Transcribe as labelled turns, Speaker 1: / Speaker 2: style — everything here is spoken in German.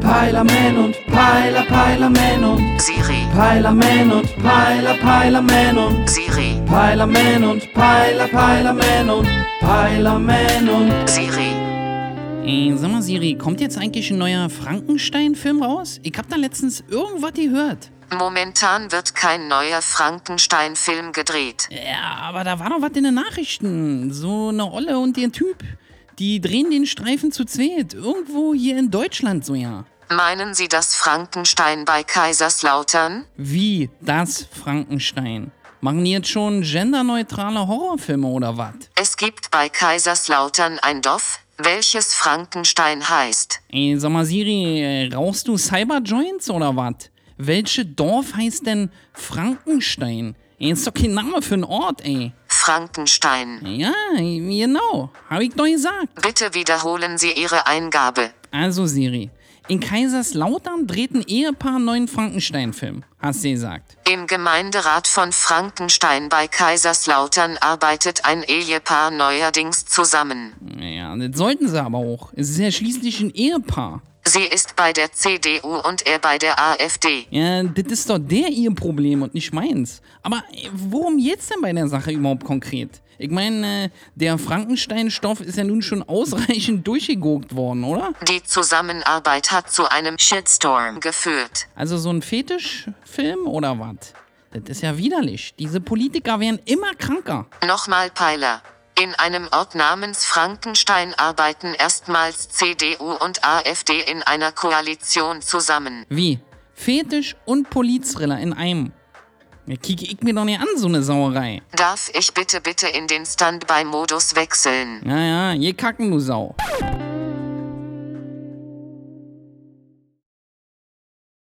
Speaker 1: Peilerman und Peiler, Peilerman und
Speaker 2: Siri,
Speaker 1: Peilerman und Peiler, Peilerman und
Speaker 2: Siri,
Speaker 1: Peilerman und Peiler, Peilerman und Peilerman und
Speaker 2: Siri.
Speaker 3: Ey, Äh, sag mal, Siri, kommt jetzt eigentlich ein neuer Frankenstein-Film raus? Ich hab da letztens irgendwas gehört.
Speaker 2: Momentan wird kein neuer Frankenstein-Film gedreht.
Speaker 3: Ja, aber da war doch was in den Nachrichten. So eine Olle und ihr Typ. Die drehen den Streifen zu zweit. Irgendwo hier in Deutschland so, ja.
Speaker 2: Meinen Sie das Frankenstein bei Kaiserslautern?
Speaker 3: Wie das Frankenstein? Machen die jetzt schon genderneutrale Horrorfilme oder was?
Speaker 2: Es gibt bei Kaiserslautern ein Dorf, welches Frankenstein heißt.
Speaker 3: Ey, sag mal, Siri, äh, rauchst du Cyberjoints oder was? Welche Dorf heißt denn Frankenstein? Ey, ist doch kein Name für einen Ort, ey.
Speaker 2: Frankenstein.
Speaker 3: Ja, genau. Hab ich doch gesagt.
Speaker 2: Bitte wiederholen Sie Ihre Eingabe.
Speaker 3: Also, Siri, in Kaiserslautern dreht ein Ehepaar einen neuen Frankenstein-Film. Hast du gesagt?
Speaker 2: Im Gemeinderat von Frankenstein bei Kaiserslautern arbeitet ein Ehepaar neuerdings zusammen.
Speaker 3: Ja, das sollten sie aber auch. Es ist ja schließlich ein Ehepaar.
Speaker 2: Sie ist bei der CDU und er bei der AfD.
Speaker 3: Ja, das ist doch der ihr Problem und nicht meins. Aber äh, worum geht's denn bei der Sache überhaupt konkret? Ich meine, äh, der Frankenstein-Stoff ist ja nun schon ausreichend durchgeguckt worden, oder?
Speaker 2: Die Zusammenarbeit hat zu einem Shitstorm geführt.
Speaker 3: Also so ein Fetischfilm oder was? Das ist ja widerlich. Diese Politiker werden immer kranker.
Speaker 2: Nochmal Peiler. In einem Ort namens Frankenstein arbeiten erstmals CDU und AfD in einer Koalition zusammen.
Speaker 3: Wie? Fetisch und Polizriller in einem. Ja, kicke ich mir doch nicht an, so eine Sauerei.
Speaker 2: Darf ich bitte bitte in den Standby-Modus wechseln?
Speaker 3: Naja, je kacken, du Sau.